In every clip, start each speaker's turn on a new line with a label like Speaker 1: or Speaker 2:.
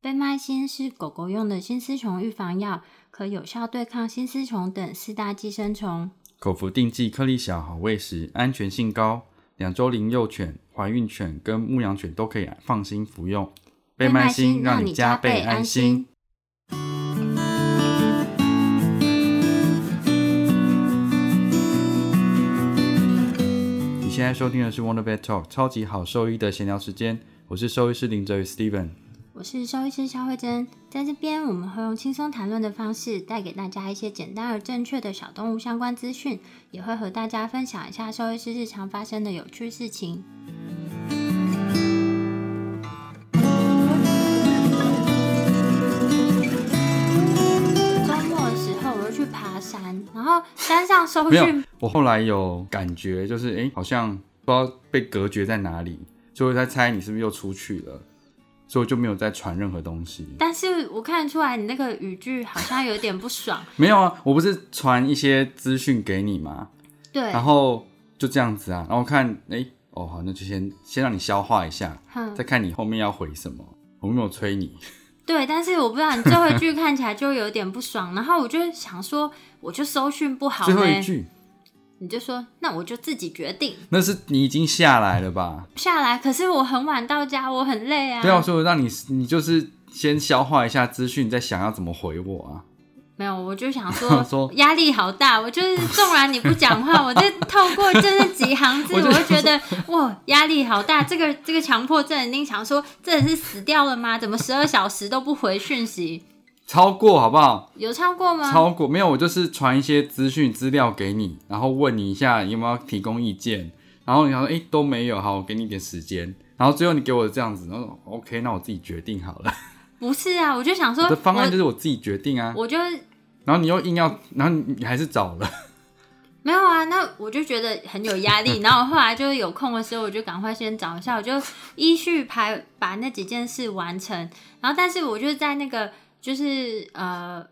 Speaker 1: 贝麦新是狗狗用的新丝虫预防药，可有效对抗新丝虫等四大寄生虫。
Speaker 2: 口服定剂颗粒小，好喂食，安全性高，两周龄幼犬、怀孕犬跟牧羊犬都可以放心服用。贝麦新让你加倍安心。。你现在收听的是 Wonder Vet Talk 超级好兽医的闲聊时间，我是兽医师林哲宇 Steven。
Speaker 1: 我是兽医师肖慧珍，在这边我们会用轻松谈论的方式，带给大家一些简单而正确的小动物相关资讯，也会和大家分享一下兽医师日常发生的有趣事情。周末的时候，我会去爬山，然后山上收
Speaker 2: 没有
Speaker 1: 讯，
Speaker 2: 我后来有感觉，就是诶，好像不知道被隔绝在哪里，所以我在猜你是不是又出去了，所以我就没有再传任何东西。
Speaker 1: 但是我看得出来你那个语句好像有点不爽，
Speaker 2: 没有啊，我不是传一些资讯给你吗？
Speaker 1: 对，
Speaker 2: 然后就这样子啊，然后看诶，哦好，那就先先让你消化一下，
Speaker 1: 哼。
Speaker 2: 再看你后面要回什么。我没有催你，
Speaker 1: 对，但是我不知道你最后一句看起来就有点不爽，然后我就想说，我就搜讯不好
Speaker 2: 最后一
Speaker 1: 呢，
Speaker 2: 句
Speaker 1: 你就说那我就自己决定
Speaker 2: 那是你已经下来了吧？
Speaker 1: 下来。可是我很晚到家，我很累啊。
Speaker 2: 对啊，所以我让你你就是先消化一下资讯，再想要怎么回我啊。
Speaker 1: 没有，我就想说
Speaker 2: 说
Speaker 1: 压力好大。我就是纵然你不讲话，我就透过这是几行字，
Speaker 2: 我
Speaker 1: 我
Speaker 2: 就
Speaker 1: 就觉得哇压力好大。这个这个强迫症一定想说，这是死掉了吗？怎么十二小时都不回讯息？
Speaker 2: 超过好不好？
Speaker 1: 有超过吗？
Speaker 2: 超过没有，我就是传一些资讯资料给你，然后问你一下有没有提供意见，然后你想说，哎、都没有，好，我给你一点时间，然后最后你给我这样子，然后 OK，那我自己决定好了，
Speaker 1: 不是啊，我就想说
Speaker 2: 我的方案
Speaker 1: 我
Speaker 2: 就是我自己决定啊，
Speaker 1: 我就
Speaker 2: 然后你又硬要，然后你还是找了，
Speaker 1: 没有啊，那我就觉得很有压力。 然后我后来就是有空的时候，我就赶快先找一下，我就依序排把那几件事完成。然后，但是我就在那个就是呃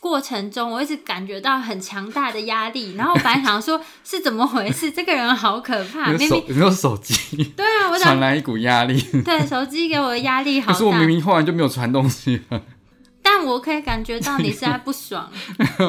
Speaker 1: 过程中，我一直感觉到很强大的压 力。然后我本来想说是怎么回事，这个人好可 怕，
Speaker 2: 你的
Speaker 1: 啊明
Speaker 2: 手
Speaker 1: 明
Speaker 2: 你的手机
Speaker 1: 对啊，我
Speaker 2: 传
Speaker 1: 想
Speaker 2: 来一股压力，
Speaker 1: 对啊手机给我的压力好
Speaker 2: 可是我
Speaker 1: 大，
Speaker 2: 明明后来就没有传东西了，
Speaker 1: 但我可以感觉到你是在不爽。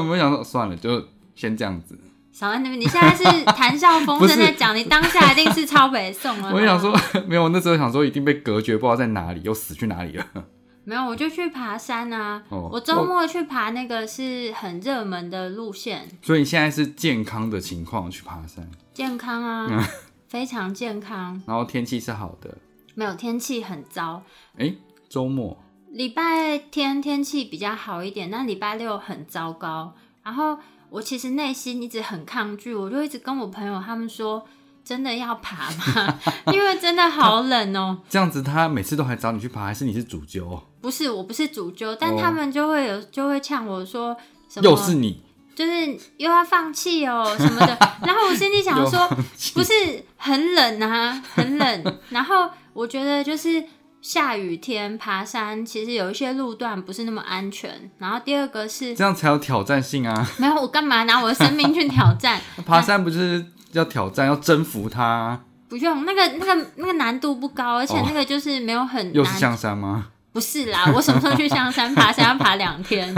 Speaker 2: 我想说算了，就先这样子，
Speaker 1: 小安那边，你现在是谈笑风
Speaker 2: 不是
Speaker 1: 生在讲，你当下一定是超北宋了。
Speaker 2: 我也想说 没有，我那时候想说一定被隔绝，不知道在哪里，又死去哪里了，
Speaker 1: 没有，我就去爬山啊。
Speaker 2: 哦
Speaker 1: 我周末去爬那个是很热门的路线，
Speaker 2: 所以你现在是健康的情况去爬山。
Speaker 1: 健康啊， 非常健康。
Speaker 2: 然后天气是好的。
Speaker 1: 没有天气很糟，
Speaker 2: 诶，周末
Speaker 1: 礼拜天天气比较好一点，但礼拜六很糟糕。然后我其实内心一直很抗拒，我就一直跟我朋友他们说，真的要爬吗？ 因为真的好冷哦、
Speaker 2: 这样子，他每次都还找你去爬，还是你是主揪？
Speaker 1: 不是，我不是主揪，但
Speaker 2: 哦
Speaker 1: 他们就会有就会呛我说什么，
Speaker 2: 又是你，
Speaker 1: 就是又要放弃哦什么 的。然后我心里想
Speaker 2: 又
Speaker 1: 说，不是很冷啊，很冷。然后我觉得就是下雨天爬山，其实有一些路段不是那么安全。然后第二个是
Speaker 2: 这样才有挑战性 啊！
Speaker 1: 没有我干嘛拿我的生命去挑战？
Speaker 2: 爬山不就是要挑战，要征服它啊？
Speaker 1: 不用，那个那个那个难度不高，而且
Speaker 2: 哦
Speaker 1: 那个就是没有很
Speaker 2: 又是
Speaker 1: 难
Speaker 2: 象山吗？
Speaker 1: 不是啦，我什么时候去象山爬山要爬两天？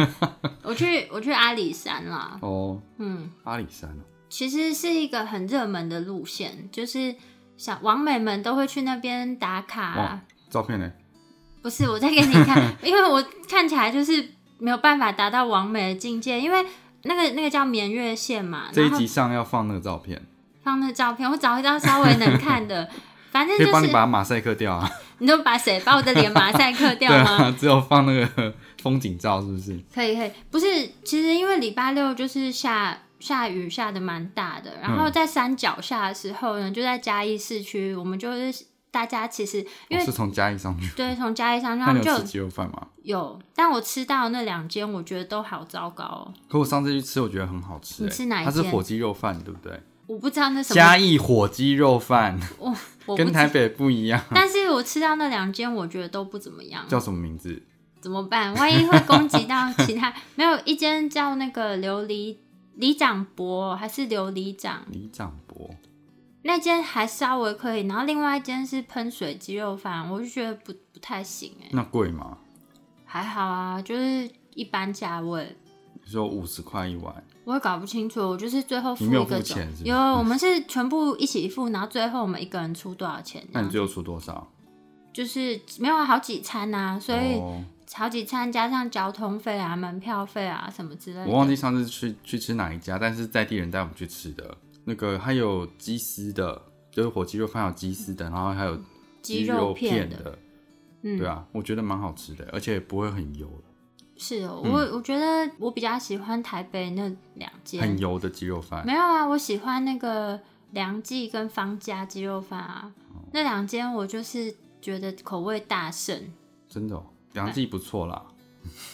Speaker 1: 我去我去阿里山啦，
Speaker 2: 哦，
Speaker 1: 嗯，
Speaker 2: 阿里山哦，
Speaker 1: 其实是一个很热门的路线，就是小王美们都会去那边打卡、啊
Speaker 2: 哇照片呢？
Speaker 1: 不是，我再给你看， 因为我看起来就是没有办法达到王美的境界，因为那个那个叫绵月线嘛，
Speaker 2: 这
Speaker 1: 然
Speaker 2: 一
Speaker 1: 后
Speaker 2: 集上要放那个照片，
Speaker 1: 放那照片，我找一张稍微能看 的，反正
Speaker 2: 可以
Speaker 1: 就
Speaker 2: 帮你
Speaker 1: 是
Speaker 2: 把它马赛克掉啊？
Speaker 1: 你都把谁把我的脸马赛克 掉
Speaker 2: 对
Speaker 1: 吗？
Speaker 2: 啊，只有放那个风景照，是不是？
Speaker 1: 可以可以，不是，其实因为礼拜六就是下下雨下的蛮大的，然
Speaker 2: 嗯
Speaker 1: 后在山脚下的时候呢，就在嘉义市区，我们就是大家其实因
Speaker 2: 我
Speaker 1: 为、
Speaker 2: 哦是从嘉义上去，
Speaker 1: 对从嘉义山
Speaker 2: 那
Speaker 1: 上
Speaker 2: 你
Speaker 1: 就
Speaker 2: 有吃
Speaker 1: 有
Speaker 2: 鸡肉饭吗？
Speaker 1: 有，但我吃到那两间，我觉得都好糟糕哦，
Speaker 2: 可我上次去吃，我觉得很好吃、欸。
Speaker 1: 你吃哪一
Speaker 2: 它是
Speaker 1: 间
Speaker 2: 火鸡肉饭，对不对？
Speaker 1: 我不知道那什么，
Speaker 2: 嘉义火鸡肉饭
Speaker 1: 我我不
Speaker 2: 跟
Speaker 1: 知
Speaker 2: 台北不一样。
Speaker 1: 但是我吃到那两间，我觉得都不怎么样，
Speaker 2: 叫什么名字？
Speaker 1: 怎么办？万一会攻击到其他？ 没有一间叫那个琉璃里长伯还是琉璃长？
Speaker 2: 李长博。
Speaker 1: 那间还稍微可以，然后另外一间是喷水鸡肉饭，我就觉得不不太行哎、
Speaker 2: 那贵吗？
Speaker 1: 还好啊，就是一般价位。
Speaker 2: 你说五十块一碗，
Speaker 1: 我也搞不清楚，我就是最后付
Speaker 2: 你没有
Speaker 1: 一个
Speaker 2: 付
Speaker 1: 总
Speaker 2: 钱是不是嗯
Speaker 1: 有我们是全部一起付，然后最后我们一个人出多少钱、
Speaker 2: 那
Speaker 1: 啊
Speaker 2: 你？最后出多少？
Speaker 1: 就是没有好几餐呐、啊，所以
Speaker 2: 哦，
Speaker 1: 好几餐加上交通费啊、门票费啊什么之类的。
Speaker 2: 我忘记上次去去吃哪一家，但是在地人带我们去吃的，那个还有鸡丝的，就是火鸡肉饭有鸡丝的，然后还有
Speaker 1: 鸡
Speaker 2: 肉
Speaker 1: 肉片的，
Speaker 2: 的，
Speaker 1: 嗯，
Speaker 2: 对啊，我觉得蛮好吃的，而且不会很油，
Speaker 1: 是哦，
Speaker 2: 嗯
Speaker 1: 我、我觉得我比较喜欢台北那两
Speaker 2: 很
Speaker 1: 间，
Speaker 2: 油的鸡肉饭
Speaker 1: 没。有啊，我喜欢那个梁记跟方家鸡肉饭啊，
Speaker 2: 哦
Speaker 1: 那两间我就是觉得口味大胜，
Speaker 2: 真的、哦，良记不错啦。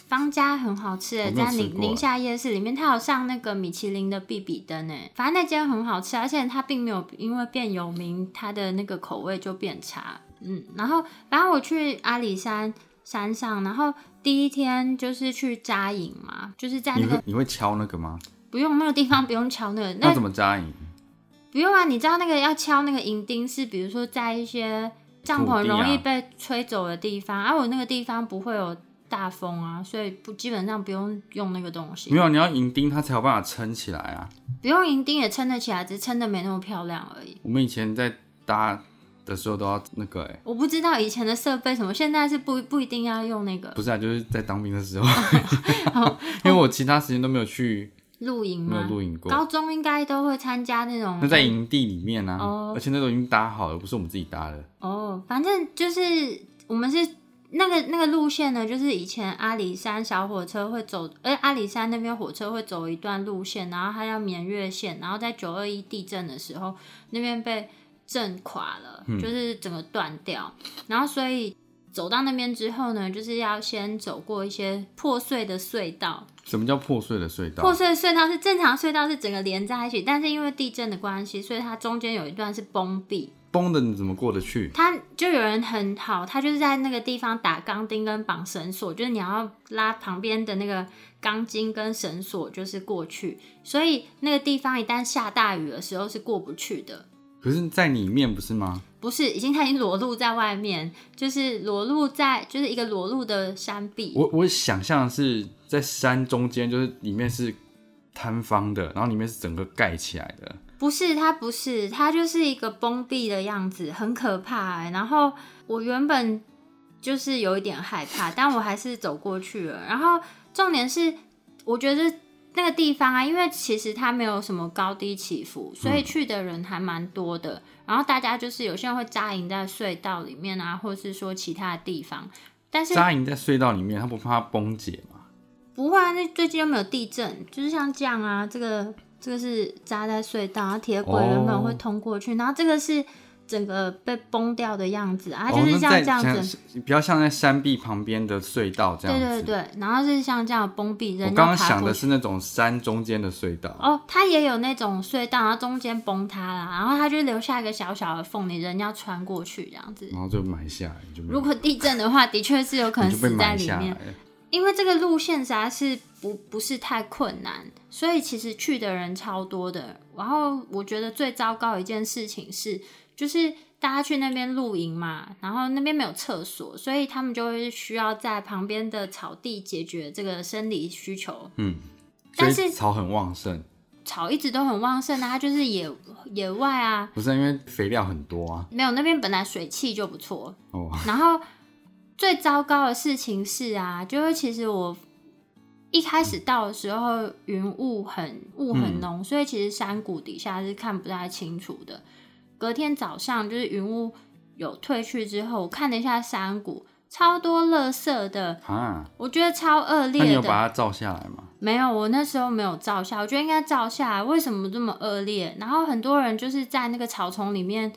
Speaker 1: 方家很好吃诶、
Speaker 2: 我没有
Speaker 1: 在
Speaker 2: 吃
Speaker 1: 宁
Speaker 2: 过欸
Speaker 1: 宁夏夜市里面，它有上那个米其林的必比登诶、反正那间很好吃，而且它并没有因为变有名，它的那个口味就变差。嗯，然后反正我去阿里山山上，然后第一天就是去扎营嘛，就是在
Speaker 2: 你
Speaker 1: 那个
Speaker 2: 会你会敲那个吗？
Speaker 1: 不用那个地方不用敲那个，
Speaker 2: 那
Speaker 1: 那
Speaker 2: 怎么扎营？
Speaker 1: 不用啊，你知道那个要敲那个银钉是，比如说在一些帐篷
Speaker 2: 土地啊
Speaker 1: 容易被吹走的地方，啊，我那个地方不会有大风啊，所以不基本上不用用那个东西
Speaker 2: 没，有，你要银钉它才有办法撑起来啊。
Speaker 1: 不用银钉也撑得起来，只是撑得没那么漂亮而已。
Speaker 2: 我们以前在搭的时候都要那个、欸，
Speaker 1: 我不知道以前的设备什么，现在是不不一定要用那个
Speaker 2: 不是啊，就是在当兵的 时候， 因为我其他时间都没有去，
Speaker 1: 露营
Speaker 2: 没有
Speaker 1: 吗？
Speaker 2: 露营过。
Speaker 1: 高中应该都会参加那种
Speaker 2: 那在营地里面啊，
Speaker 1: 嗯哦
Speaker 2: 而且那都已经搭好了，不是我们自己搭的。
Speaker 1: 哦，反正就是我们是那个那个路线呢，就是以前阿里山小火车会走，而阿里山那边火车会走一段路线，然后它叫绵月线，然后在九二一地震的时候，那边被震垮了，就是整个断掉，然后所以。走到那边之后呢，就是要先走过一些破碎的隧道。
Speaker 2: 什么叫破碎的隧道？
Speaker 1: 破碎的隧道是正常隧道是整个连在一起，但是因为地震的关系，所以它中间有一段是封闭，
Speaker 2: 崩的你怎么过得去？
Speaker 1: 他就有人很好，他就是在那个地方打钢钉跟绑绳索，就是你要拉旁边的那个钢筋跟绳索，就是过去。所以那个地方一旦下大雨的时候是过不去的，
Speaker 2: 可是，在里面不是吗？
Speaker 1: 不是已经它已经裸露在外面，就是裸露在就是一个裸露的山壁。
Speaker 2: 我我想象是在山中间，就是里面是摊方的，然后里面是整个盖起来的。
Speaker 1: 不是，它不是，它就是一个封闭的样子，很可怕、欸。然后我原本就是有一点害怕，但我还是走过去了。然后重点是，我觉得那个地方啊，因为其实它没有什么高低起伏，所以去的人还蛮多的。然后大家就是有些人会扎营在隧道里面啊，或是说其他的地方，但是
Speaker 2: 扎营在隧道里面，它不怕它崩解吗？
Speaker 1: 不会啊，那最近又没有地震，就是像这样啊，这个这个是扎在隧道，然后铁轨
Speaker 2: 哦
Speaker 1: 原本会通过去，然后这个是整个被崩掉的样子啊，它
Speaker 2: 哦
Speaker 1: 就
Speaker 2: 那
Speaker 1: 是像
Speaker 2: 在
Speaker 1: 这样子，
Speaker 2: 像比较像在山壁旁边的隧道这样
Speaker 1: 对
Speaker 2: 子。
Speaker 1: 哦对对，然后是像这样封闭，人
Speaker 2: 我
Speaker 1: 要
Speaker 2: 刚刚
Speaker 1: 爬
Speaker 2: 想
Speaker 1: 过
Speaker 2: 的
Speaker 1: 去
Speaker 2: 是那种山中间的隧道，
Speaker 1: 哦，它也有那种隧道，然后中间崩塌啦，然后它就留下一个小小的缝，你人要穿过去这样子。
Speaker 2: 然后就埋下来，你就没有
Speaker 1: 如果地震的话，的确是有可能
Speaker 2: 嗯你就被
Speaker 1: 死在
Speaker 2: 埋
Speaker 1: 里
Speaker 2: 下
Speaker 1: 面
Speaker 2: 来。了。
Speaker 1: 因为这个路线实在是不不是太困难，所以其实去的人超多的。然后我觉得最糟糕的一件事情是，就是大家去那边露营嘛，然后那边没有厕所，所以他们就会需要在旁边的草地解决这个生理需求。
Speaker 2: 嗯，所
Speaker 1: 但
Speaker 2: 以
Speaker 1: 是
Speaker 2: 草很旺盛，
Speaker 1: 草一直都很旺盛啊，它就是野野外啊，
Speaker 2: 不是因为肥料很多啊。
Speaker 1: 没有那边本来水汽就不错，
Speaker 2: 哦，
Speaker 1: 然后最糟糕的事情是啊，就是其实我一开始到的时候，云雾很雾很浓，
Speaker 2: 嗯
Speaker 1: 所以其实山谷底下是看不太清楚的。隔天早上就是云雾有退去之后，我看了一下山谷，超多垃圾的，
Speaker 2: 啊，
Speaker 1: 我觉得超恶
Speaker 2: 那你
Speaker 1: 劣
Speaker 2: 有把
Speaker 1: 的。
Speaker 2: 它照下来吗？
Speaker 1: 没有，我那时候没有照下，我觉得应该照下来。为什么这么恶劣？然后很多人就是在那个草丛里面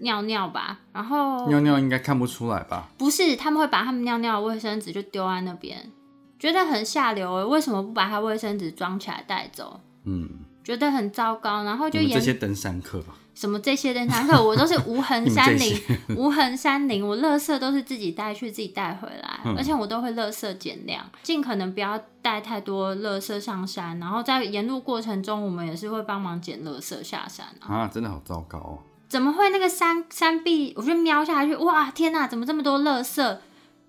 Speaker 1: 尿尿吧，然后
Speaker 2: 尿尿应该看不出来吧？
Speaker 1: 不是，他们会把他们尿尿的卫生纸就丢在那边，觉得很下流诶、为什么不把他卫生纸装起来带走？
Speaker 2: 嗯，
Speaker 1: 觉得很糟糕，然后就
Speaker 2: 你们这
Speaker 1: 沿
Speaker 2: 些登山客吧，
Speaker 1: 什么这些登 山客，我都是无痕
Speaker 2: 你们这
Speaker 1: 山林
Speaker 2: 些，
Speaker 1: 无痕山林，我垃圾都是自己带去，自己带回来，
Speaker 2: 嗯
Speaker 1: 而且我都会垃圾减量，尽可能不要带太多垃圾上山，然后在沿路过程中，我们也是会帮忙捡垃圾下山啊。
Speaker 2: 啊，真的好糟糕哦。
Speaker 1: 怎么会那个山山壁？我就瞄下去，哇，天哪，怎么这么多垃圾？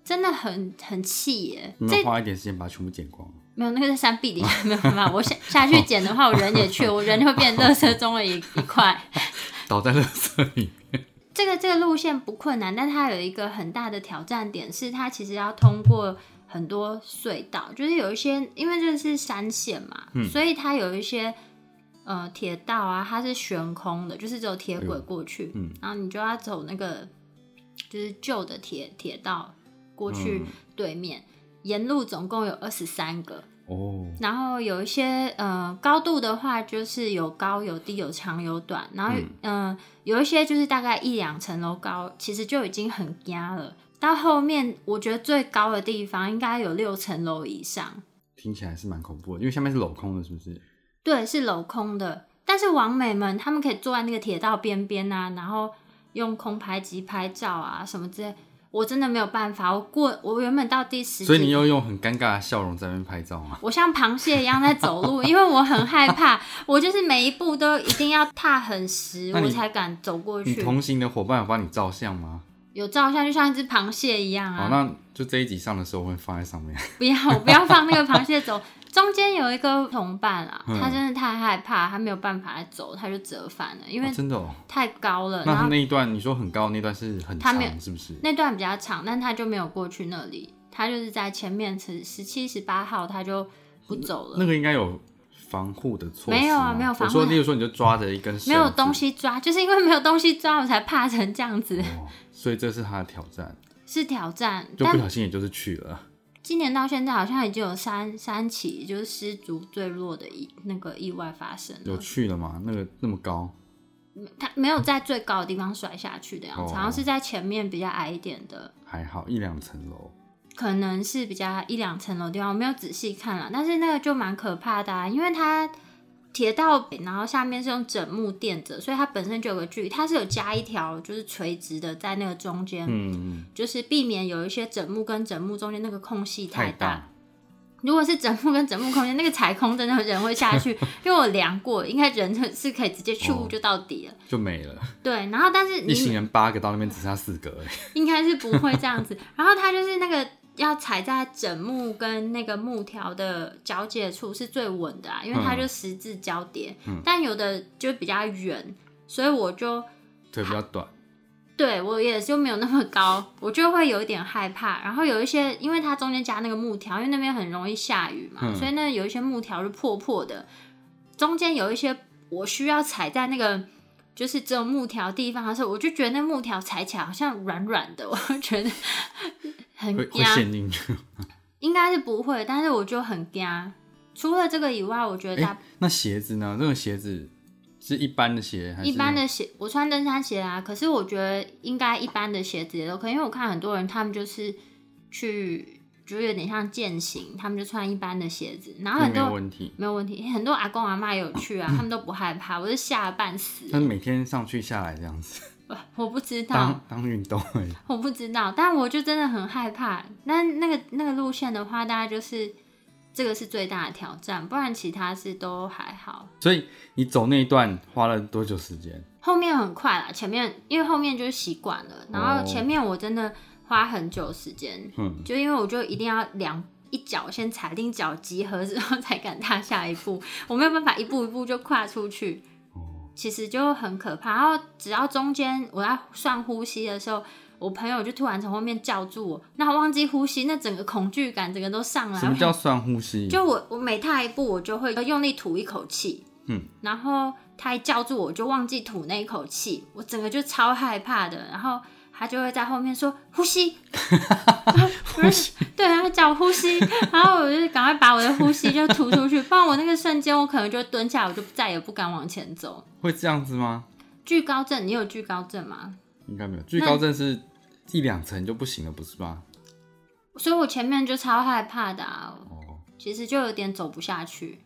Speaker 1: 真的很很气耶。
Speaker 2: 你
Speaker 1: 这
Speaker 2: 们花一点时间把它全部剪光。
Speaker 1: 没有那个在山壁底下没有办法，我下下去捡的话，我人也去，我人就会变垃圾中的一 一块。
Speaker 2: 倒在垃圾里。
Speaker 1: 这个这个路线不困难，但它有一个很大的挑战点是，它其实要通过很多隧道，就是有一些因为这是山线嘛，
Speaker 2: 嗯
Speaker 1: 所以它有一些呃铁道啊，它是悬空的，就是只有铁轨过去，
Speaker 2: 嗯
Speaker 1: 然后你就要走那个就是旧的铁铁道过去
Speaker 2: 嗯
Speaker 1: 对面，沿路总共有二十三个，
Speaker 2: 哦，
Speaker 1: 然后有一些呃高度的话，就是有高有低有长有短，然后嗯、呃有一些就是大概一两层楼高，其实就已经很压了。到后面我觉得最高的地方应该有六层楼以上，
Speaker 2: 听起来是蛮恐怖的，因为下面是镂空的，是不是？
Speaker 1: 对，是镂空的。但是王美们他们可以坐在那个铁道边边啊，然后用空拍机拍照啊什么之类。我真的没有办法，我过我原本到第十，
Speaker 2: 所以你又用很尴尬的笑容在那边拍照吗？
Speaker 1: 我像螃蟹一样在走路，因为我很害怕，我就是每一步都一定要踏很实，
Speaker 2: 那你
Speaker 1: 我才敢走过
Speaker 2: 你
Speaker 1: 去。
Speaker 2: 同行的伙伴有帮你照相吗？
Speaker 1: 有照相就像一只螃蟹一样
Speaker 2: 好，
Speaker 1: 啊！
Speaker 2: 哦那就这一集上的时候我会放在上面。
Speaker 1: 不要，我不要放那个螃蟹走。中间有一个同伴啊，
Speaker 2: 嗯
Speaker 1: 他真的太害怕，他没有办法走，他就折返了，因为
Speaker 2: 哦真的哦，
Speaker 1: 太高了。
Speaker 2: 那
Speaker 1: 然
Speaker 2: 他
Speaker 1: 后
Speaker 2: 那一段你说很高的那段是很
Speaker 1: 他没有
Speaker 2: 长，是不是？
Speaker 1: 那段比较长，但他就没有过去那里，他就是在前面十十七、十八号，他就不走了。
Speaker 2: 那个应该有防护的措施吗，
Speaker 1: 没有啊没有防护
Speaker 2: 我说，例如说你就抓着一根绳子
Speaker 1: 没有东，西抓，就是因为没有东西抓，我才怕成这样子，
Speaker 2: 哦所以这是他的挑战，
Speaker 1: 是挑战。
Speaker 2: 就
Speaker 1: 但
Speaker 2: 不小心也就是去了。
Speaker 1: 今年到现在好像已经有三三起，就是失足坠落的意那个意外发生
Speaker 2: 有
Speaker 1: 了。
Speaker 2: 去了嘛？那个那么高，
Speaker 1: 他没有在最高的地方摔下去的样子，
Speaker 2: 哦
Speaker 1: 好像是在前面比较矮一点的，
Speaker 2: 还好一两层楼。
Speaker 1: 可能是比较一两层楼的地方，我没有仔细看了。但是那个就蛮可怕的、啊，因为它铁道北，然后下面是用枕木垫着，所以它本身就有个距离，它是有加一条就是垂直的在那个中间，
Speaker 2: 嗯，
Speaker 1: 就是避免有一些枕木跟枕木中间那个空隙
Speaker 2: 太
Speaker 1: 大如果是枕木跟枕木空间，那个踩空真的人会下 去，因为我量过，应该人就是可以直接去
Speaker 2: 哦
Speaker 1: 就到底了。
Speaker 2: 就没了。
Speaker 1: 对，然后但是
Speaker 2: 一行
Speaker 1: 你
Speaker 2: 人八个到那边只剩下四个而已。
Speaker 1: 应该是不会这样子。然后它就是那个要踩在枕木跟那个木条的交界处是最稳的啊，因为
Speaker 2: 嗯
Speaker 1: 它就十字交叠。但有的就比较远，所以我就
Speaker 2: 腿比较短，
Speaker 1: 对我也就没有那么高，我就会有一点害怕。然后有一些，因为它中间加那个木条，因为那边很容易下雨嘛，
Speaker 2: 嗯
Speaker 1: 所以那有一些木条是破破的，中间有一些我需要踩在那个。就是只有木条地方的时候，我就觉得那木条踩起来好像软软的，我就觉得很
Speaker 2: 会会
Speaker 1: 压，
Speaker 2: 陷进去。
Speaker 1: 应该是不会，但是我就很压。除了这个以外，我觉得
Speaker 2: 哎、
Speaker 1: 大、
Speaker 2: 那鞋子呢？那个鞋子是一般的鞋还是
Speaker 1: 一般？的鞋，我穿登山鞋啊，可是我觉得应该一般的鞋子也都可以，因为我看很多人他们就是去，就是有点像践行，他们就穿一般的鞋子，然后
Speaker 2: 那
Speaker 1: 很
Speaker 2: 没有
Speaker 1: 多
Speaker 2: 问题。
Speaker 1: 没有问题，很多阿公阿妈也有 去啊，他们都不害怕，我是吓得半死，
Speaker 2: 但是每天上去下来这样子，
Speaker 1: 我不知道，
Speaker 2: 嗯当当运动而已。
Speaker 1: 我不知道，但我就真的很害怕。那那个那个路线的话，大概就是这个是最大的挑战，不然其他是都还好。
Speaker 2: 所以你走那一段花了多久时间？
Speaker 1: 后面很快啦，前面因为后面就是习惯了，然后
Speaker 2: 哦
Speaker 1: 前面我真的花很久时间，
Speaker 2: 嗯，
Speaker 1: 就因为我就一定要两一脚先踩定脚集合之后才敢踏下一步， 我没有办法一步一步就跨出去，
Speaker 2: 哦，
Speaker 1: 其实就很可怕。然后只要中间我在算呼吸的时候，我朋友就突然从后面叫住我，那我忘记呼吸，那整个恐惧感整个都上来，
Speaker 2: 什么叫算呼吸？
Speaker 1: 就我我每踏一步，我就会用力吐一口气，
Speaker 2: 嗯，
Speaker 1: 然后他一叫住我，我就忘记吐那一口气，我整个就超害怕的，然后。他就会在后面说呼 吸，呼吸，对，他叫我呼吸，然后我就赶快把我的呼吸就吐出去，不然我那个瞬间我可能就蹲下，我就再也不敢往前走。
Speaker 2: 会这样子吗？
Speaker 1: 惧高症，你有惧高症吗？
Speaker 2: 应该没有。最高症是一两层就不行了，不是吗？
Speaker 1: 所以我前面就超害怕的、啊，
Speaker 2: 哦，
Speaker 1: 其实就有点走不下去。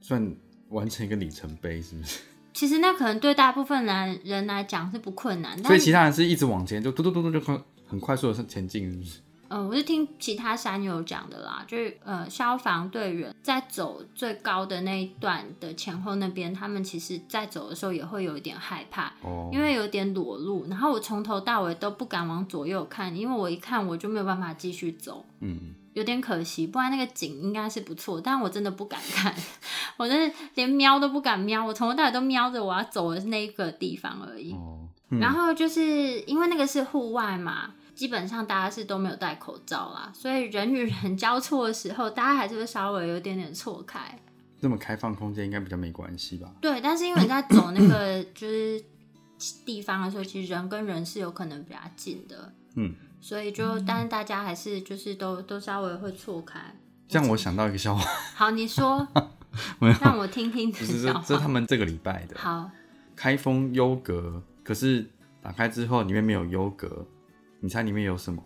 Speaker 2: 算完成一个里程碑，是不是？
Speaker 1: 其实那可能对大部分男人来讲是不困难，但
Speaker 2: 所以其他人是一直往前，就嘟嘟嘟嘟就很很快速的前进，是不是？
Speaker 1: 嗯、我是听其他山友讲的啦，就是呃，消防队员在走最高的那一段的前后那边，他们其实在走的时候也会有一点害怕，
Speaker 2: 哦，
Speaker 1: 因为有点裸露。然后我从头到尾都不敢往左右看，因为我一看我就没有办法继续走，
Speaker 2: 嗯，
Speaker 1: 有点可惜。不然那个景应该是不错，但我真的不敢看， 我真的连瞄都不敢瞄，我从头到尾都瞄着我要走的那一个地方而已。
Speaker 2: 哦，嗯
Speaker 1: 然后就是因为那个是户外嘛，基本上大家是都没有戴口罩啦，所以人与人交错的时候，大家还是会稍微有点点错开。
Speaker 2: 这么开放空间应该比较没关系吧？
Speaker 1: 对，但是因为你在走那个就是地方的时候，其实人跟人是有可能比较近的，
Speaker 2: 嗯，
Speaker 1: 所以就但是大家还是就是都都稍微会错开。
Speaker 2: 这样我想到一个笑话，
Speaker 1: 好，你说
Speaker 2: 没有，
Speaker 1: 让我听听你
Speaker 2: 不
Speaker 1: 的
Speaker 2: 是 这
Speaker 1: 笑
Speaker 2: 这是他
Speaker 1: 话。
Speaker 2: 们这个礼拜的
Speaker 1: 好，
Speaker 2: 开封优格，可是打开之后里面没有优格，你猜里面有什么？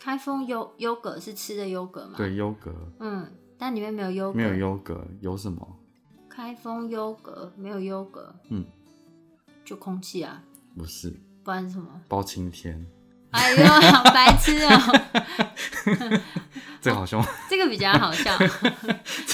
Speaker 1: 开封优优格是吃的优格吗？，
Speaker 2: 对，优格
Speaker 1: 嗯，但里面没有优格，
Speaker 2: 没有优格，有什么？
Speaker 1: 开封优格没有优格，
Speaker 2: 嗯，
Speaker 1: 就空气啊，
Speaker 2: 不是
Speaker 1: 不然是什么？
Speaker 2: 包青天，
Speaker 1: 哎呦，好白痴哦、
Speaker 2: 这个好凶。
Speaker 1: 这个比较好 笑，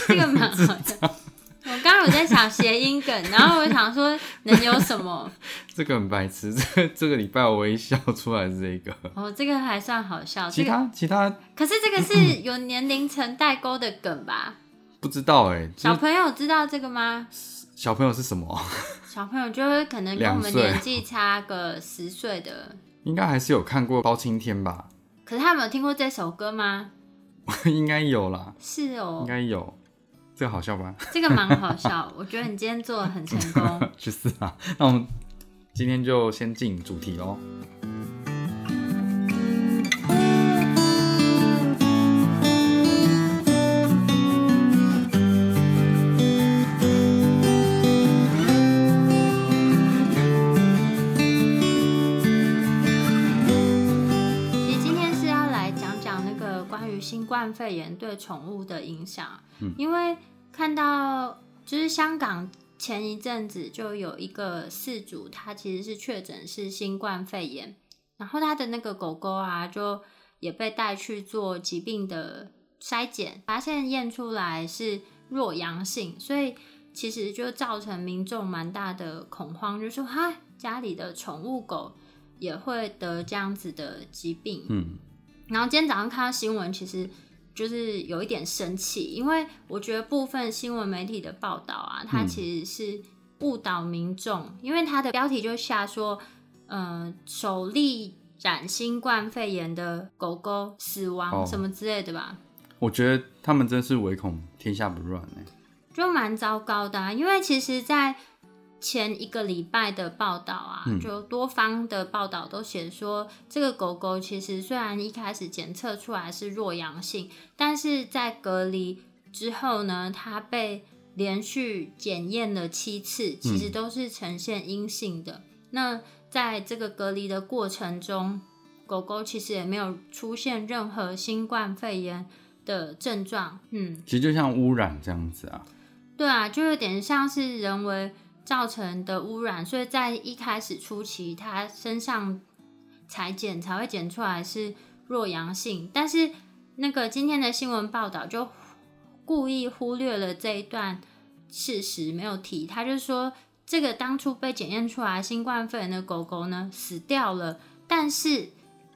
Speaker 1: 这个蛮好笑。我刚刚有在想谐音梗，然后我想说能有什 么？
Speaker 2: 这个很白痴， 这个这个礼拜我唯一笑出来是这个，
Speaker 1: 哦，这个还算好笑。
Speaker 2: 其
Speaker 1: 这个
Speaker 2: 他其他
Speaker 1: 可是这个是有年龄层代沟的梗吧？
Speaker 2: 不知道哎、就
Speaker 1: 小
Speaker 2: 是
Speaker 1: 朋友知道这个吗？
Speaker 2: 小朋友是什么？
Speaker 1: 小朋友就会可能跟我们
Speaker 2: 两岁
Speaker 1: 年纪差个十岁的，
Speaker 2: 应该还是有看过包青天吧？
Speaker 1: 可是他们有听过这首歌吗？
Speaker 2: 应该有啦，
Speaker 1: 是哦
Speaker 2: 应，该有，这个好笑吧？
Speaker 1: 这个蛮好笑，我觉得你今天做的很成功。
Speaker 2: 去死啊！那我们今天就先进主题喽。
Speaker 1: 其实今天是要来讲讲那个关于新冠肺炎对宠物的影响，因为看到就是香港前一阵子就有一个饲主，他其实是确诊是新冠肺炎，然后他的那个狗狗啊，就也被带去做疾病的筛检，发现验出来是弱阳性，所以其实就造成民众蛮大的恐慌，就说哈，家里的宠物狗也会得这样子的疾病。
Speaker 2: 嗯，
Speaker 1: 然后今天早上看到新闻，其实就是有一点生气，因为我觉得部分新闻媒体的报道啊，它
Speaker 2: 嗯
Speaker 1: 其实是误导民众，因为它的标题就下说，呃，首例染新冠肺炎的狗狗死亡
Speaker 2: 哦
Speaker 1: 什么之类的吧，
Speaker 2: 我觉得他们真是唯恐天下不乱哎、
Speaker 1: 就蛮糟糕的、啊。因为其实，在前一个礼拜的报道啊，
Speaker 2: 嗯
Speaker 1: 就多方的报道都写说，这个狗狗其实虽然一开始检测出来是弱阳性，但是在隔离之后呢，它被连续检验了七次，其实都是呈现阴性的。那在这个隔离的过程中，狗狗其实也没有出现任何新冠肺炎的症状，嗯，
Speaker 2: 其实就像污染这样子啊。
Speaker 1: 对啊，就有点像是人为造成的污染，所以在一开始初期，它身上裁剪才会检出来是弱阳性，但是那个今天的新闻报道就故意忽略了这一段事实，没有提。他就说，这个当初被检验出来新冠肺炎的狗狗呢，死掉了，但是。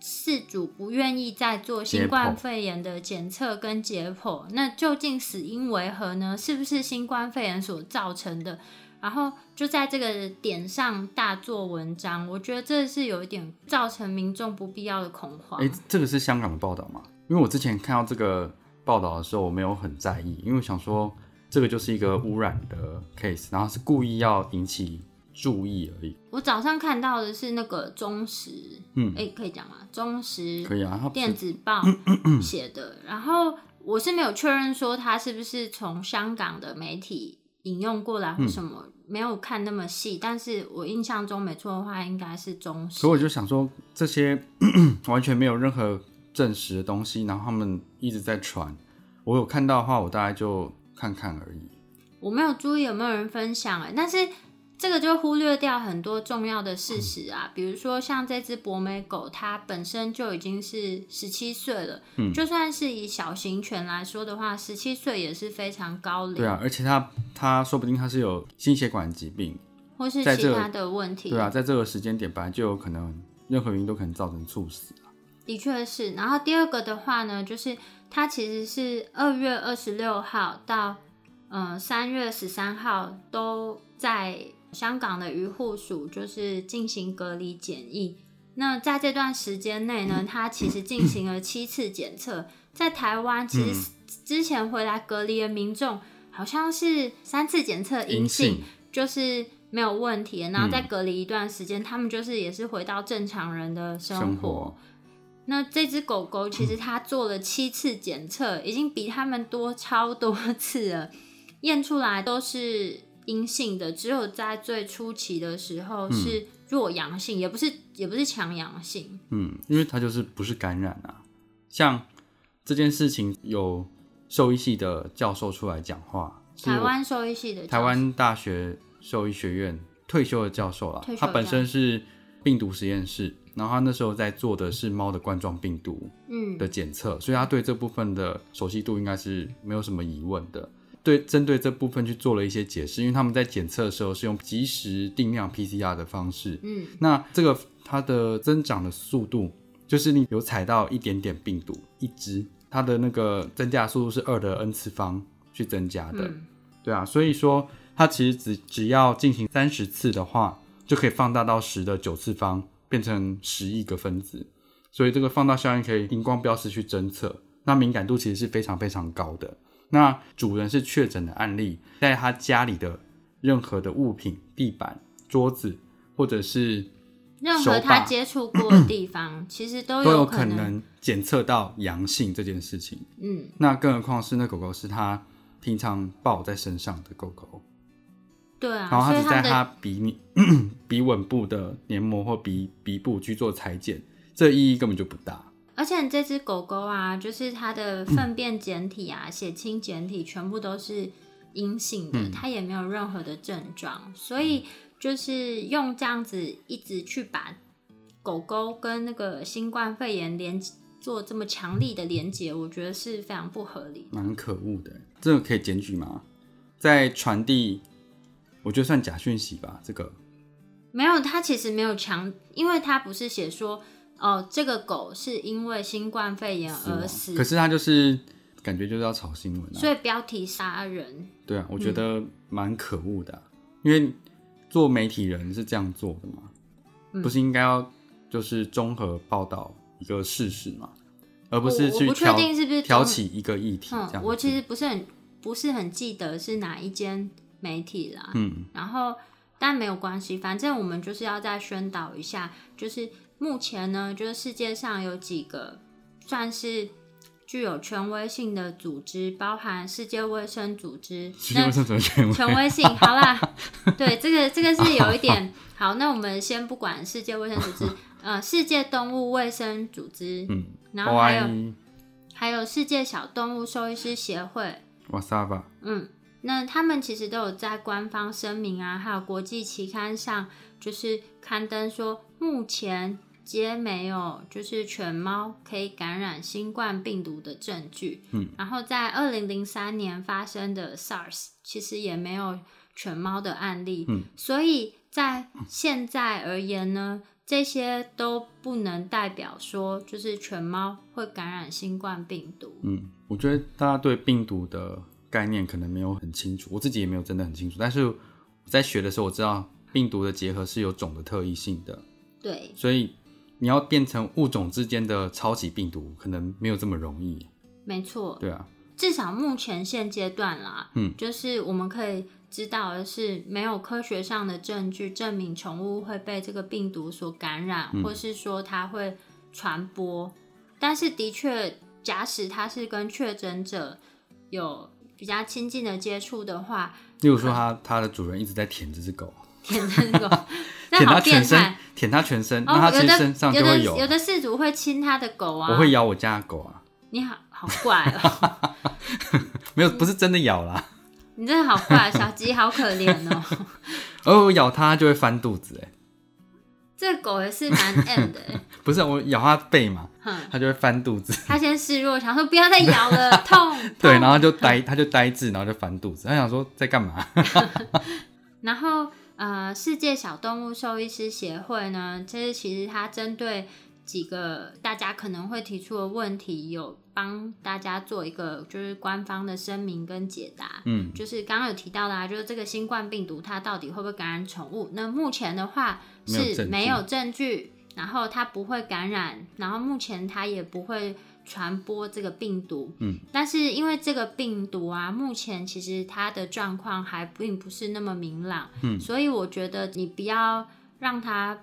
Speaker 1: 饲主不愿意再做新冠
Speaker 2: 解剖
Speaker 1: 肺炎的检测跟解剖，那究竟死因为何呢？是不是新冠肺炎所造成的？然后就在这个点上大做文章，我觉得这是有一点造成民众不必要的恐慌。
Speaker 2: 哎、这个是香港的报道吗？因为我之前看到这个报道的时候，我没有很在意，因为我想说这个就是一个污染的 case，然后是故意要引起注意而已。
Speaker 1: 我早上看到的是那个中时，
Speaker 2: 嗯
Speaker 1: 哎、可以讲吗？中时
Speaker 2: 可以啊，它嗯不
Speaker 1: 电
Speaker 2: 是
Speaker 1: 子报写的，然后我是没有确认说他是不是从香港的媒体引用过
Speaker 2: 嗯
Speaker 1: 来或什么，没有看那么细，但是我印象中没错的话，应该是中时
Speaker 2: 所以。我就想说，这些 完全没有任何证实的东西，然后他们一直在传。我有看到的话，我大概就看看而已。
Speaker 1: 我没有注意有没有人分享哎、但是这个就忽略掉很多重要的事实啊，
Speaker 2: 嗯
Speaker 1: 比如说像这只博美狗，它本身就已经是十七岁了，
Speaker 2: 嗯
Speaker 1: 就算是以小型犬来说的话，十七岁也是非常高龄，
Speaker 2: 对啊，而且他他说不定他是有心血管疾病，
Speaker 1: 或是
Speaker 2: 在
Speaker 1: 其
Speaker 2: 这个
Speaker 1: 他的问题，
Speaker 2: 对啊，在这个时间点本来就有可能任何原因都可能造成猝死。
Speaker 1: 的确是。然后第二个的话呢，就是它其实是二月二十六号到嗯三、3月十三号都在香港的渔护署就是进行隔离检疫。那在这段时间内呢，它其实进行了七次检测。在台湾，其
Speaker 2: 嗯
Speaker 1: 实嗯之前回来隔离的民众好像是三次检测阴性，就是没有问题。然后
Speaker 2: 嗯
Speaker 1: 再隔离一段时间，他们就是也是回到正常人的生活。
Speaker 2: 生活
Speaker 1: 那这只狗狗其
Speaker 2: 嗯
Speaker 1: 实它做了七次检测，已经比他们多超多次了，验出来都是阴性的，只有在最初期的时候
Speaker 2: 嗯
Speaker 1: 是弱阳性，也不是也不是强阳性。
Speaker 2: 嗯，因为它就是不是感染啊。像这件事情有兽医系的教授出来讲话，是
Speaker 1: 台湾兽医系的
Speaker 2: 台湾大学兽医学院退休的教授啦
Speaker 1: 退，休
Speaker 2: 他
Speaker 1: 的
Speaker 2: 本身是病毒实验室，然后他那时候在做的是猫的冠状病毒
Speaker 1: 嗯
Speaker 2: 的检测，所以他对这部分的熟悉度应该是没有什么疑问的。对，针对这部分去做了一些解释，因为他们在检测的时候是用及时定量 PCR 的方式，
Speaker 1: 嗯
Speaker 2: 那这个它的增长的速度，就是你有踩到一点点病毒一只，它的那个增加的速度是二的 n 次方去增加的，
Speaker 1: 嗯
Speaker 2: 对啊，所以说它其实只只要进行三十次的话，就可以放大到十的九次方，变成十亿个分子，所以这个放大效应可以荧光标识去侦测，那敏感度其实是非常非常高的。那主人是确诊的案例，在他家里的任何的物品、地板、桌子，或者是
Speaker 1: 任何
Speaker 2: 手把
Speaker 1: 它接触过的地方，其实都
Speaker 2: 都有
Speaker 1: 可
Speaker 2: 可能检测到阳性这件事情。
Speaker 1: 嗯。
Speaker 2: 那更何况是那狗狗是它平常抱在身上的狗狗，
Speaker 1: 对啊，
Speaker 2: 然后
Speaker 1: 所
Speaker 2: 它
Speaker 1: 以他
Speaker 2: 只在
Speaker 1: 们的
Speaker 2: 它鼻你 鼻吻部的黏膜或鼻鼻部去做裁剪，这意义根本就不大。
Speaker 1: 而且这只狗狗啊，就是它的
Speaker 2: 嗯
Speaker 1: 粪便检体啊、血清检体全部都是阴性的，
Speaker 2: 嗯
Speaker 1: 它也没有任何的症状，所以就是用这样子一直去把狗狗跟那个新冠肺炎连做这么强力的连接，我觉得是非常不合理的。
Speaker 2: 蛮可恶的。欸这个可以检举吗？在传递，我觉得算假讯息吧。这个
Speaker 1: 没有，它其实没有强，因为它不是写说哦，这个狗是因为新冠肺炎而死，
Speaker 2: 可是他就是感觉就是要炒新闻啊。
Speaker 1: 所以嗯标题杀人。
Speaker 2: 对啊，我觉得蛮可恶的啊、因为做媒体人是这样做的嘛，
Speaker 1: 嗯
Speaker 2: 不是应该要就是综合报道一个事实嘛，而不是
Speaker 1: 我
Speaker 2: 去
Speaker 1: 我不确
Speaker 2: 挑
Speaker 1: 定是不是
Speaker 2: 挑
Speaker 1: 综
Speaker 2: 起一个议题这样子。
Speaker 1: 嗯，我其实不是很不是很记得是哪一间媒体啦，
Speaker 2: 嗯，
Speaker 1: 然后但没有关系，反正我们就是要再宣导一下，就是目前呢，就是世界上有几个算是具有权威性的组织，包含世界卫生组织，
Speaker 2: 其实
Speaker 1: 那
Speaker 2: 为什么权威？
Speaker 1: 权威性，好啦，对，这个这个是有一 点好。那我们先不管世界卫生组织，呃，世界动物卫生组织，
Speaker 2: 嗯，
Speaker 1: 然后还有
Speaker 2: OIE
Speaker 1: 还有世界小动物兽医师协会，
Speaker 2: Wasaba，
Speaker 1: 嗯，那他们其实都有在官方声明啊，还有国际期刊上，就是刊登说，目前皆没有就是犬猫可以感染新冠病毒的证据。嗯，然后在二零零三年发生的 SARS，其实也没有犬猫的案例。嗯，所以在现在而言呢。这些都不能代表说，就是犬猫会感染新冠病毒。
Speaker 2: 嗯，我觉得大家对病毒的概念可能没有很清楚，我自己也没有真的很清楚。但是我在学的时候，我知道病毒的结合是有种的特异性的，
Speaker 1: 对，
Speaker 2: 所以你要变成物种之间的超级病毒，可能没有这么容易。
Speaker 1: 没错。
Speaker 2: 对啊，
Speaker 1: 至少目前现阶段啦，
Speaker 2: 嗯，
Speaker 1: 就是我们可以知道的是，没有科学上的证据证明宠物会被这个病毒所感染，
Speaker 2: 嗯
Speaker 1: 或是说它会传播。但是的确，假使它是跟确诊者有比较亲近的接触的 话，
Speaker 2: 例如说它它的主人一直在舔这只狗，
Speaker 1: 舔那 个，那
Speaker 2: 舔它
Speaker 1: 好变
Speaker 2: 全身
Speaker 1: 态。，
Speaker 2: 舔它全身，那
Speaker 1: 哦
Speaker 2: 它，其
Speaker 1: 有
Speaker 2: 实
Speaker 1: 的
Speaker 2: 身上就
Speaker 1: 有的
Speaker 2: 会啊
Speaker 1: 有的事主会亲他的狗啊，
Speaker 2: 我会咬我家的狗啊，
Speaker 1: 你好好怪哦、
Speaker 2: 没有，不是真的咬啦，
Speaker 1: 你真的好怪，小吉好可怜哦、
Speaker 2: 而我咬它就会翻肚子，哎，
Speaker 1: 这狗也是蛮 M 的、欸，
Speaker 2: 不是我咬它背嘛，
Speaker 1: 哼，
Speaker 2: 它就会翻肚子，
Speaker 1: 它先示弱，想说不要再咬 了，痛。
Speaker 2: 对，
Speaker 1: 痛
Speaker 2: 然后就呆， 它就呆滞，然后就翻肚子，它想说在干嘛？
Speaker 1: 然后呃，世界小动物兽医师协会呢，这是其实它针对几个大家可能会提出的问题，有帮大家做一个就是官方的声明跟解答。
Speaker 2: 嗯，
Speaker 1: 就是刚刚有提到啦、就是这个新冠病毒它到底会不会感染宠物？那目前的话
Speaker 2: 没有证
Speaker 1: 是
Speaker 2: 据
Speaker 1: 没有证据，然后它不会感染，然后目前它也不会传播这个病毒。
Speaker 2: 嗯，
Speaker 1: 但是因为这个病毒啊，目前其实它的状况还并不是那么明朗，
Speaker 2: 嗯
Speaker 1: 所以我觉得你不要让它。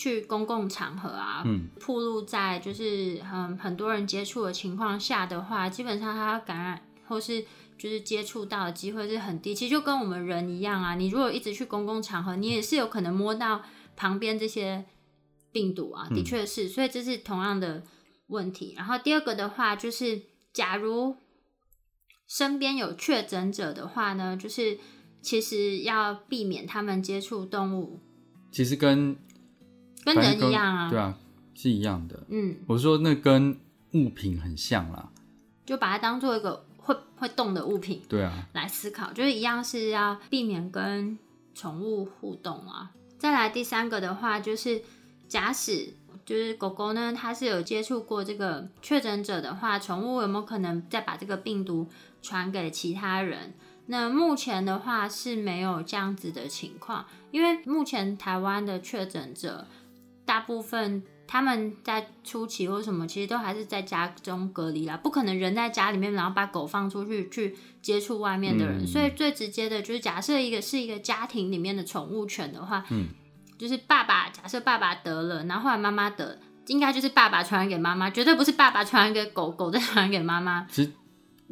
Speaker 1: 去公共场合啊，
Speaker 2: 嗯，
Speaker 1: 暴露在就是嗯很多人接触的情况下的话，基本上它感染或是就是接触到的机会是很低。其实就跟我们人一样啊，你如果一直去公共场合，你也是有可能摸到旁边这些病毒啊，
Speaker 2: 嗯
Speaker 1: 的确是，所以这是同样的问题。然后第二个的话就是，假如身边有确诊者的话呢，就是其实要避免他们接触动物，
Speaker 2: 其实跟
Speaker 1: 跟
Speaker 2: 反正
Speaker 1: 人一样啊，
Speaker 2: 对啊，是一样的。
Speaker 1: 嗯，
Speaker 2: 我说那跟物品很像啦，
Speaker 1: 就把它当做一个会会动的物品
Speaker 2: 对啊，
Speaker 1: 来思考，就是一样是要避免跟宠物互动啊。再来第三个的话，就是假使就是狗狗呢，它是有接触过这个确诊者的话，宠物有没有可能再把这个病毒传给其他人？那目前的话是没有这样子的情况，因为目前台湾的确诊者大部分他们在初期或什么，其实都还是在家中隔离啦，不可能人在家里面，然后把狗放出去去接触外面的人，
Speaker 2: 嗯
Speaker 1: 所以最直接的就是假设一个是一个家庭里面的宠物犬的话，
Speaker 2: 嗯，
Speaker 1: 就是爸爸假设爸爸得了，然后后来妈妈得。应该就是爸爸传染给妈妈，绝对不是爸爸传染给狗，狗再传染给妈妈。
Speaker 2: 其实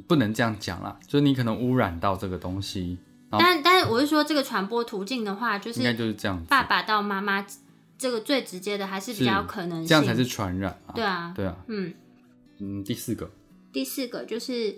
Speaker 2: 不能这样讲啦，就是你可能污染到这个东西，好
Speaker 1: 但但是我是说，这个传播途径的话，就
Speaker 2: 哦应该
Speaker 1: 是
Speaker 2: 就是这样子，
Speaker 1: 爸爸到妈妈这个最直接的，还是比较有可能性。
Speaker 2: 这样才是传染啊。
Speaker 1: 对啊，
Speaker 2: 对啊，
Speaker 1: 嗯。
Speaker 2: 嗯，第四个，
Speaker 1: 第四个就是，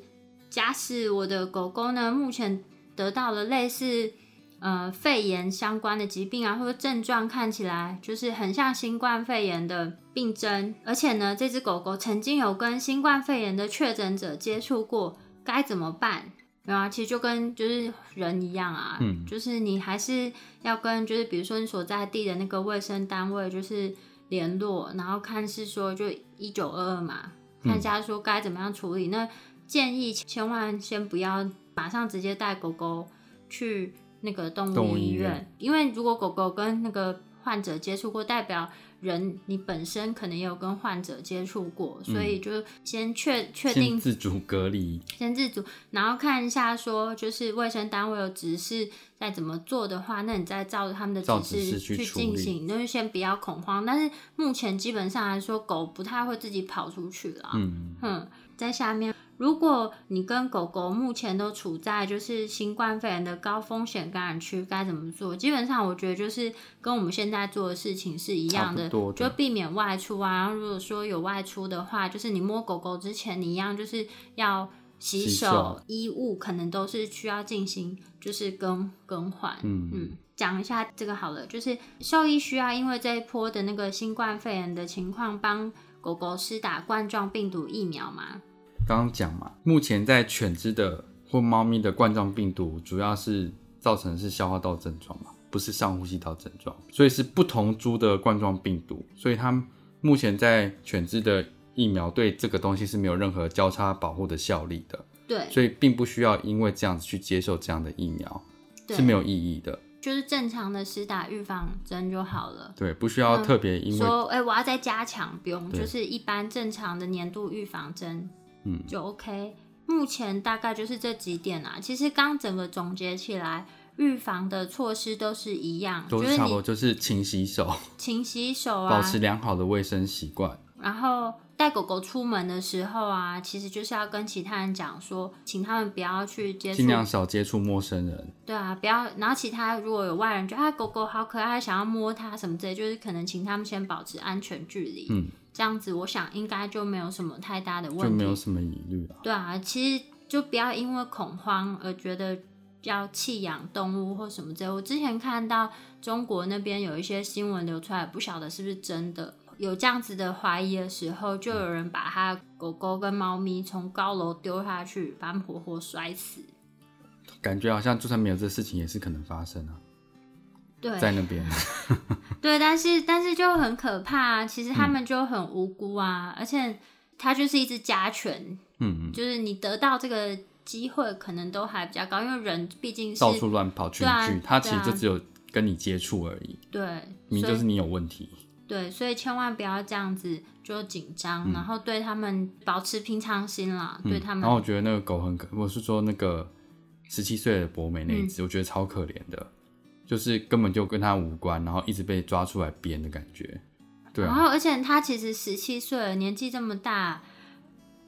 Speaker 1: 假使我的狗狗呢，目前得到了类似呃肺炎相关的疾病啊，或者症状看起来就是很像新冠肺炎的病症，而且呢，这只狗狗曾经有跟新冠肺炎的确诊者接触过，该怎么办？没有啊，其实就跟就是人一样啊，
Speaker 2: 嗯
Speaker 1: 就是你还是要跟就是比如说你所在地的那个卫生单位就是联络，然后看是说就一九二二嘛，
Speaker 2: 嗯
Speaker 1: 看家说该怎么样处理。那建议千万先不要马上直接带狗狗去那个动
Speaker 2: 动
Speaker 1: 物
Speaker 2: 物
Speaker 1: 医
Speaker 2: 医
Speaker 1: 院，
Speaker 2: 院
Speaker 1: 因为如果狗狗跟那个患者接触过，代表人你本身可能也有跟患者接触过，所以就先确确定
Speaker 2: 嗯先自主隔离，
Speaker 1: 先自主，然后看一下说，就是卫生单位有指示再怎么做的话，那你再照着他们的
Speaker 2: 照
Speaker 1: 指
Speaker 2: 指
Speaker 1: 示
Speaker 2: 示去处
Speaker 1: 进
Speaker 2: 理
Speaker 1: 行，那就先不要恐慌。但是目前基本上来说，狗不太会自己跑出去啦。
Speaker 2: 嗯，
Speaker 1: 嗯，在下面，如果你跟狗狗目前都处在就是新冠肺炎的高风险感染区，该怎么做？基本上我觉得就是跟我们现在做的事情是一样的，
Speaker 2: 差不多
Speaker 1: 就
Speaker 2: 的
Speaker 1: 避免外出啊。然后如果说有外出的话，就是你摸狗狗之前，你一样就是要洗手、
Speaker 2: 洗手
Speaker 1: 衣物，可能都是需要进行就是更更换。
Speaker 2: 嗯
Speaker 1: 嗯，讲一下这个好了，就是兽医需要因为这一波的那个新冠肺炎的情况，帮狗狗施打冠状病毒疫苗嘛。
Speaker 2: 刚刚讲嘛，目前在犬只的或猫咪的冠状病毒，主要是造成的是消化道症状嘛，不是上呼吸道症状，所以是不同株的冠状病毒，所以它目前在犬只的疫苗对这个东西是没有任何交叉保护的效力的，
Speaker 1: 对，
Speaker 2: 所以并不需要因为这样子去接受这样的疫苗
Speaker 1: 对
Speaker 2: 是没有意义的，
Speaker 1: 就是正常的施打预防针就好了。
Speaker 2: 对，不需要特别因为、
Speaker 1: 嗯说，哎、我要再加强，不用，
Speaker 2: 对
Speaker 1: 就是一般正常的年度预防针，
Speaker 2: 嗯，
Speaker 1: 就 OK。目前大概就是这几点啊。其实刚整个总结起来，预防的措施都是一样，
Speaker 2: 都
Speaker 1: 就是是
Speaker 2: 差不多，
Speaker 1: 你
Speaker 2: 就是勤洗手，
Speaker 1: 勤洗手啊，
Speaker 2: 保持良好的卫生习惯，
Speaker 1: 然后带狗狗出门的时候啊，其实就是要跟其他人讲说，请他们不要去接触
Speaker 2: 尽，量少接触陌生人。
Speaker 1: 对啊，不要。然后其他如果有外人觉得啊狗狗好可爱，想要摸它什么之类，就是可能请他们先保持安全距离。
Speaker 2: 嗯，
Speaker 1: 这样子我想应该就没有什么太大的
Speaker 2: 就
Speaker 1: 问
Speaker 2: 没有
Speaker 1: 题。
Speaker 2: 什么疑虑了。
Speaker 1: 对啊，其实就不要因为恐慌而觉得要弃养动物或什么之类。我之前看到中国那边有一些新闻流出来，不晓得是不是真的。有这样子的怀疑的时候，就有人把他狗狗跟猫咪从高楼丢下去，把他们活活摔死。
Speaker 2: 感觉好像就算没有这事情，也是可能发生啊，
Speaker 1: 对，
Speaker 2: 在那 边。
Speaker 1: 对，但是但是就很可怕啊！其实他
Speaker 2: 嗯
Speaker 1: 们就很无辜啊，而且它就是一只家犬，
Speaker 2: 嗯嗯，
Speaker 1: 就是你得到这个机会可能都还比较高，因为人毕竟是
Speaker 2: 到处乱跑群
Speaker 1: 对啊
Speaker 2: 聚，它其实
Speaker 1: 对啊
Speaker 2: 就只有跟你接触而已，
Speaker 1: 对，
Speaker 2: 你
Speaker 1: 所
Speaker 2: 就是
Speaker 1: 以
Speaker 2: 你有问题。
Speaker 1: 对，所以千万不要这样子就紧张，然后对他们保持平常心啦，对
Speaker 2: 嗯
Speaker 1: 他们
Speaker 2: 然后我觉得那个狗很可，我是说那个十七岁的博美那一
Speaker 1: 嗯
Speaker 2: 只，我觉得超可怜的，就是根本就跟它无关，然后一直被抓出来编的感觉。对
Speaker 1: 然
Speaker 2: 啊，
Speaker 1: 后，而且他其实十七岁了，年纪这么大，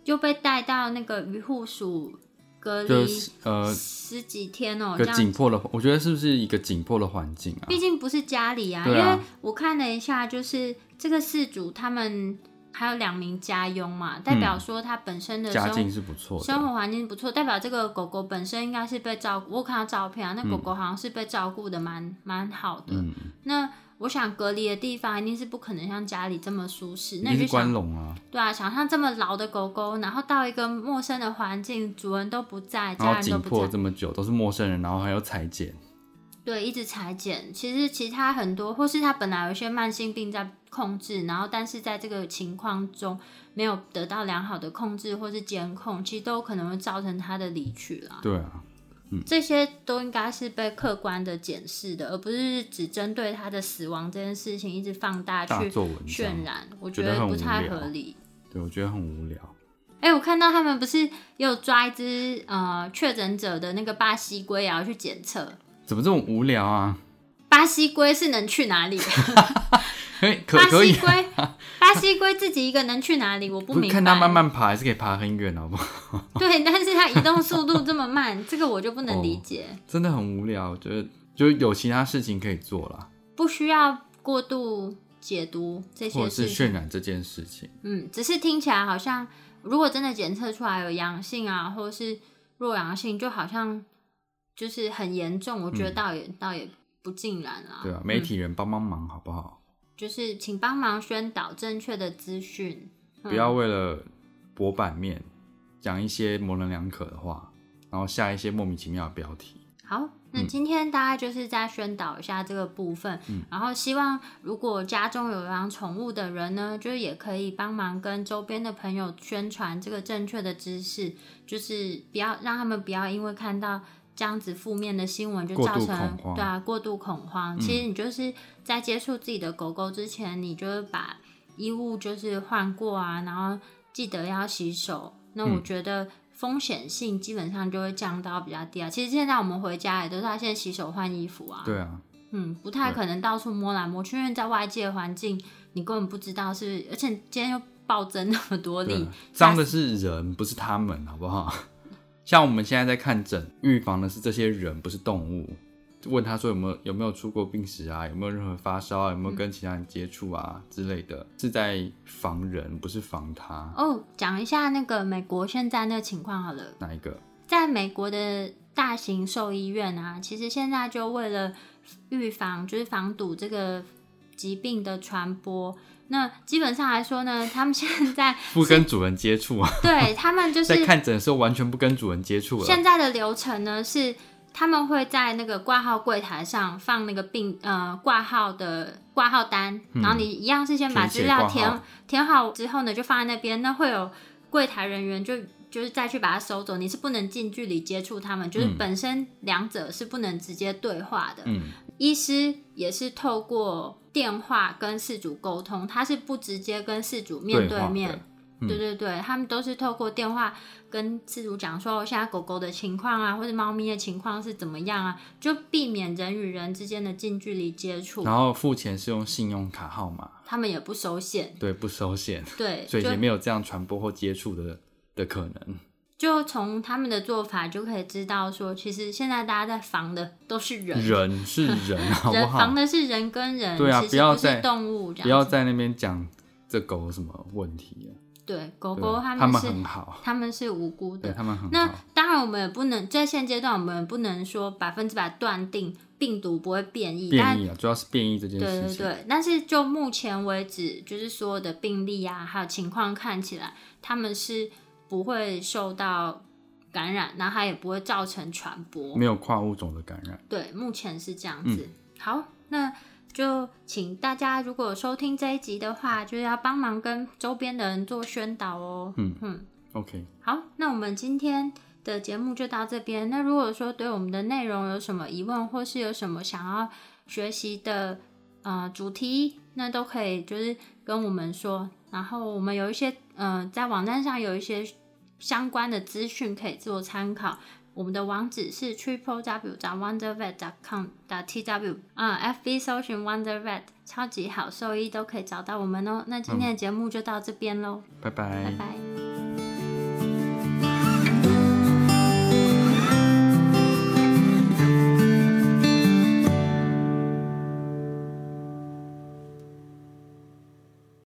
Speaker 1: 就被带到那个渔护署隔
Speaker 2: 就
Speaker 1: 离
Speaker 2: 是呃，
Speaker 1: 十几天哦、
Speaker 2: 一
Speaker 1: 这
Speaker 2: 个
Speaker 1: 样
Speaker 2: 紧迫的，我觉得是不是一个紧迫的环境啊？
Speaker 1: 毕竟不是家里啊，因
Speaker 2: 对啊
Speaker 1: 为我看了一下，就是这个事主他们还有两名家佣嘛，代表说他本身的
Speaker 2: 嗯家
Speaker 1: 生、
Speaker 2: 境是不错
Speaker 1: 生
Speaker 2: 的，
Speaker 1: 活环境不错，代表这个狗狗本身应该是被照顾。我有看到照片啊，那狗狗好像是被照顾的蛮蛮好的。
Speaker 2: 嗯，
Speaker 1: 那我想隔离的地方一定是不可能像家里这么舒适，
Speaker 2: 一
Speaker 1: 那你
Speaker 2: 定
Speaker 1: 就是想
Speaker 2: 关笼啊，
Speaker 1: 对啊，想象这么老的狗狗，然后到一个陌生的环境，主人都不在，
Speaker 2: 然
Speaker 1: 家
Speaker 2: 后
Speaker 1: 人都
Speaker 2: 紧
Speaker 1: 不
Speaker 2: 迫
Speaker 1: 在，
Speaker 2: 这么久，都是陌生人，然后还有裁剪，
Speaker 1: 对，一直裁剪。其实其他很多，或是它本来有一些慢性病在控制，然后但是在这个情况中没有得到良好的控制或是监控，其实都有可能会造成它的离去啦。
Speaker 2: 对啊，
Speaker 1: 这些都应该是被客观的检视的，而不是只针对它的死亡这件事情一直放大
Speaker 2: 大
Speaker 1: 去
Speaker 2: 做文章
Speaker 1: 渲，染，我
Speaker 2: 觉
Speaker 1: 觉
Speaker 2: 得
Speaker 1: 得
Speaker 2: 很
Speaker 1: 不太
Speaker 2: 无聊
Speaker 1: 合理。
Speaker 2: 对我觉得很无聊。
Speaker 1: 哎、我看到他们不是也有抓一只呃确诊者的那个巴西龟，也要去检测。
Speaker 2: 怎么这么无聊啊？
Speaker 1: 巴西龟是能去哪里？
Speaker 2: 可以可
Speaker 1: 巴
Speaker 2: 可以啊
Speaker 1: 西龟，巴西龟自己一个能去哪里？我不
Speaker 2: 不是
Speaker 1: 明白。
Speaker 2: 看它慢慢爬，还是可以爬很远，好不好？
Speaker 1: 对，但是它移动速度这么慢，这个我就不
Speaker 2: 哦
Speaker 1: 能理解。
Speaker 2: 真的很无聊，我觉得就有其他事情可以做啦，
Speaker 1: 不需要过度解读这
Speaker 2: 或
Speaker 1: 些
Speaker 2: 者是
Speaker 1: 事
Speaker 2: 渲
Speaker 1: 情。
Speaker 2: 染这件事情。
Speaker 1: 嗯，只是听起来好像，如果真的检测出来有阳性啊，或是弱阳性，就好像就是很严重。我觉得倒也、倒也不尽然啦。
Speaker 2: 嗯对啊，媒体人帮帮忙好不好？
Speaker 1: 就是请帮忙宣导正确的资讯，嗯
Speaker 2: 不要为了博版面讲一些模棱两可的话，然后下一些莫名其妙的标题。
Speaker 1: 好。
Speaker 2: 嗯
Speaker 1: 那今天大概就是在宣导一下这个部分，然后希望如果家中有养宠物的人呢，就是也可以帮忙跟周边的朋友宣传这个正确的知识，就是不要让他们不要因为看到这样子负面的新闻就
Speaker 2: 过
Speaker 1: 造
Speaker 2: 度
Speaker 1: 成
Speaker 2: 恐慌嗯
Speaker 1: 对啊过度恐慌。其实你就是在接触自己的狗狗之前，你就是把衣物就是换过啊，然后记得要洗手。那
Speaker 2: 嗯
Speaker 1: 我觉得风险性基本上就会降到比较低啊。其实现在我们回家也都是要先洗手换衣服啊，
Speaker 2: 对啊，
Speaker 1: 嗯，不太可能到处摸来摸去，因为在外界环境你根本不知道是，而且今天又暴增那么多
Speaker 2: 对
Speaker 1: 例
Speaker 2: 啊，，脏的是人，不是他们，好不好？ 像我们现在在看诊，预防的是这些人，不是动物。就问他说有没有有没有出过病史啊，有没有任何发烧啊，有没
Speaker 1: 嗯
Speaker 2: 有跟其他人接触啊、之类的，是在防人，不是防他。
Speaker 1: 哦，讲一下那个美国现在那个情况好了。
Speaker 2: 哪一个？
Speaker 1: 在美国的大型兽医院啊，其实现在就为了预防，就是防堵这个疾病的传播。那基本上来说呢， 他们现在
Speaker 2: 不跟主人接触啊，
Speaker 1: 对他们就
Speaker 2: 在
Speaker 1: 是
Speaker 2: 看诊的时候完全不跟主人接触了。
Speaker 1: 现在的流程呢是，他们会在那个挂号柜台上放那个病呃挂号的挂号单，然后你一样是先把资料
Speaker 2: 嗯填写
Speaker 1: 填
Speaker 2: 挂
Speaker 1: 填
Speaker 2: 号
Speaker 1: 好之后呢，就放在那边，那会有柜台人员就。就是再去把它收走，你是不能近距离接触他们，就是本身两者是不能直接对话的。
Speaker 2: 嗯，
Speaker 1: 医师也是透过电话跟事主沟通，他是不直接跟事主面
Speaker 2: 对嗯
Speaker 1: 对
Speaker 2: 话的
Speaker 1: 面。对对对，他们都是透过电话跟事主讲说哦现在狗狗的情况啊，或者猫咪的情况是怎么样啊，就避免人与人之间的近距离接触。
Speaker 2: 然后付钱是用信用卡号码，
Speaker 1: 他们也不收线，
Speaker 2: 对，不收现，
Speaker 1: 对，
Speaker 2: 所以
Speaker 1: 就
Speaker 2: 也没有这样传播或接触的的可能。
Speaker 1: 就从他们的做法就可以知道说，其实现在大家在防的都是人，
Speaker 2: 人是 人，好不
Speaker 1: 人防
Speaker 2: 好？
Speaker 1: 的是人跟人，
Speaker 2: 对啊
Speaker 1: 其
Speaker 2: 不
Speaker 1: 实
Speaker 2: 要
Speaker 1: 不是
Speaker 2: 再
Speaker 1: 动物这
Speaker 2: 不要
Speaker 1: 样子。
Speaker 2: 在那边讲这狗有什么问题了。啊
Speaker 1: 对，狗
Speaker 2: 对啊
Speaker 1: 狗
Speaker 2: 他
Speaker 1: 们是
Speaker 2: 很好，
Speaker 1: 他们是无辜的
Speaker 2: 对。他们很
Speaker 1: 那
Speaker 2: 好。
Speaker 1: 当然我们也不能在现阶段，我们也不能说百分之百断定病毒不会变异，但
Speaker 2: 变异啊，主要是变异这件
Speaker 1: 对
Speaker 2: 事
Speaker 1: 对
Speaker 2: 情。
Speaker 1: 对，但是就目前为止，就是所有的病例啊，还有情况看起来，他们是不会受到感染，然后它也不会造成传播。
Speaker 2: 没有跨物种的感染。
Speaker 1: 对，目前是这样子。好，那就请大家如果收听这一集的话，就是要帮忙跟周边的人做宣导哦。
Speaker 2: 嗯 OK，
Speaker 1: 好，那我们今天的节目就到这边。那如果说对我们的内容有什么疑问，或是有什么想要学习的呃主题，那都可以就是跟我们说。然后我们有一些呃在网站上有一些相关的资讯可以做参考。我们的网址是 triple w wondervet com t w 啊、f b 搜寻 wondervet 超级好兽医都可以找到我们哦。那今天的节目就到这边喽，
Speaker 2: 拜拜
Speaker 1: 拜拜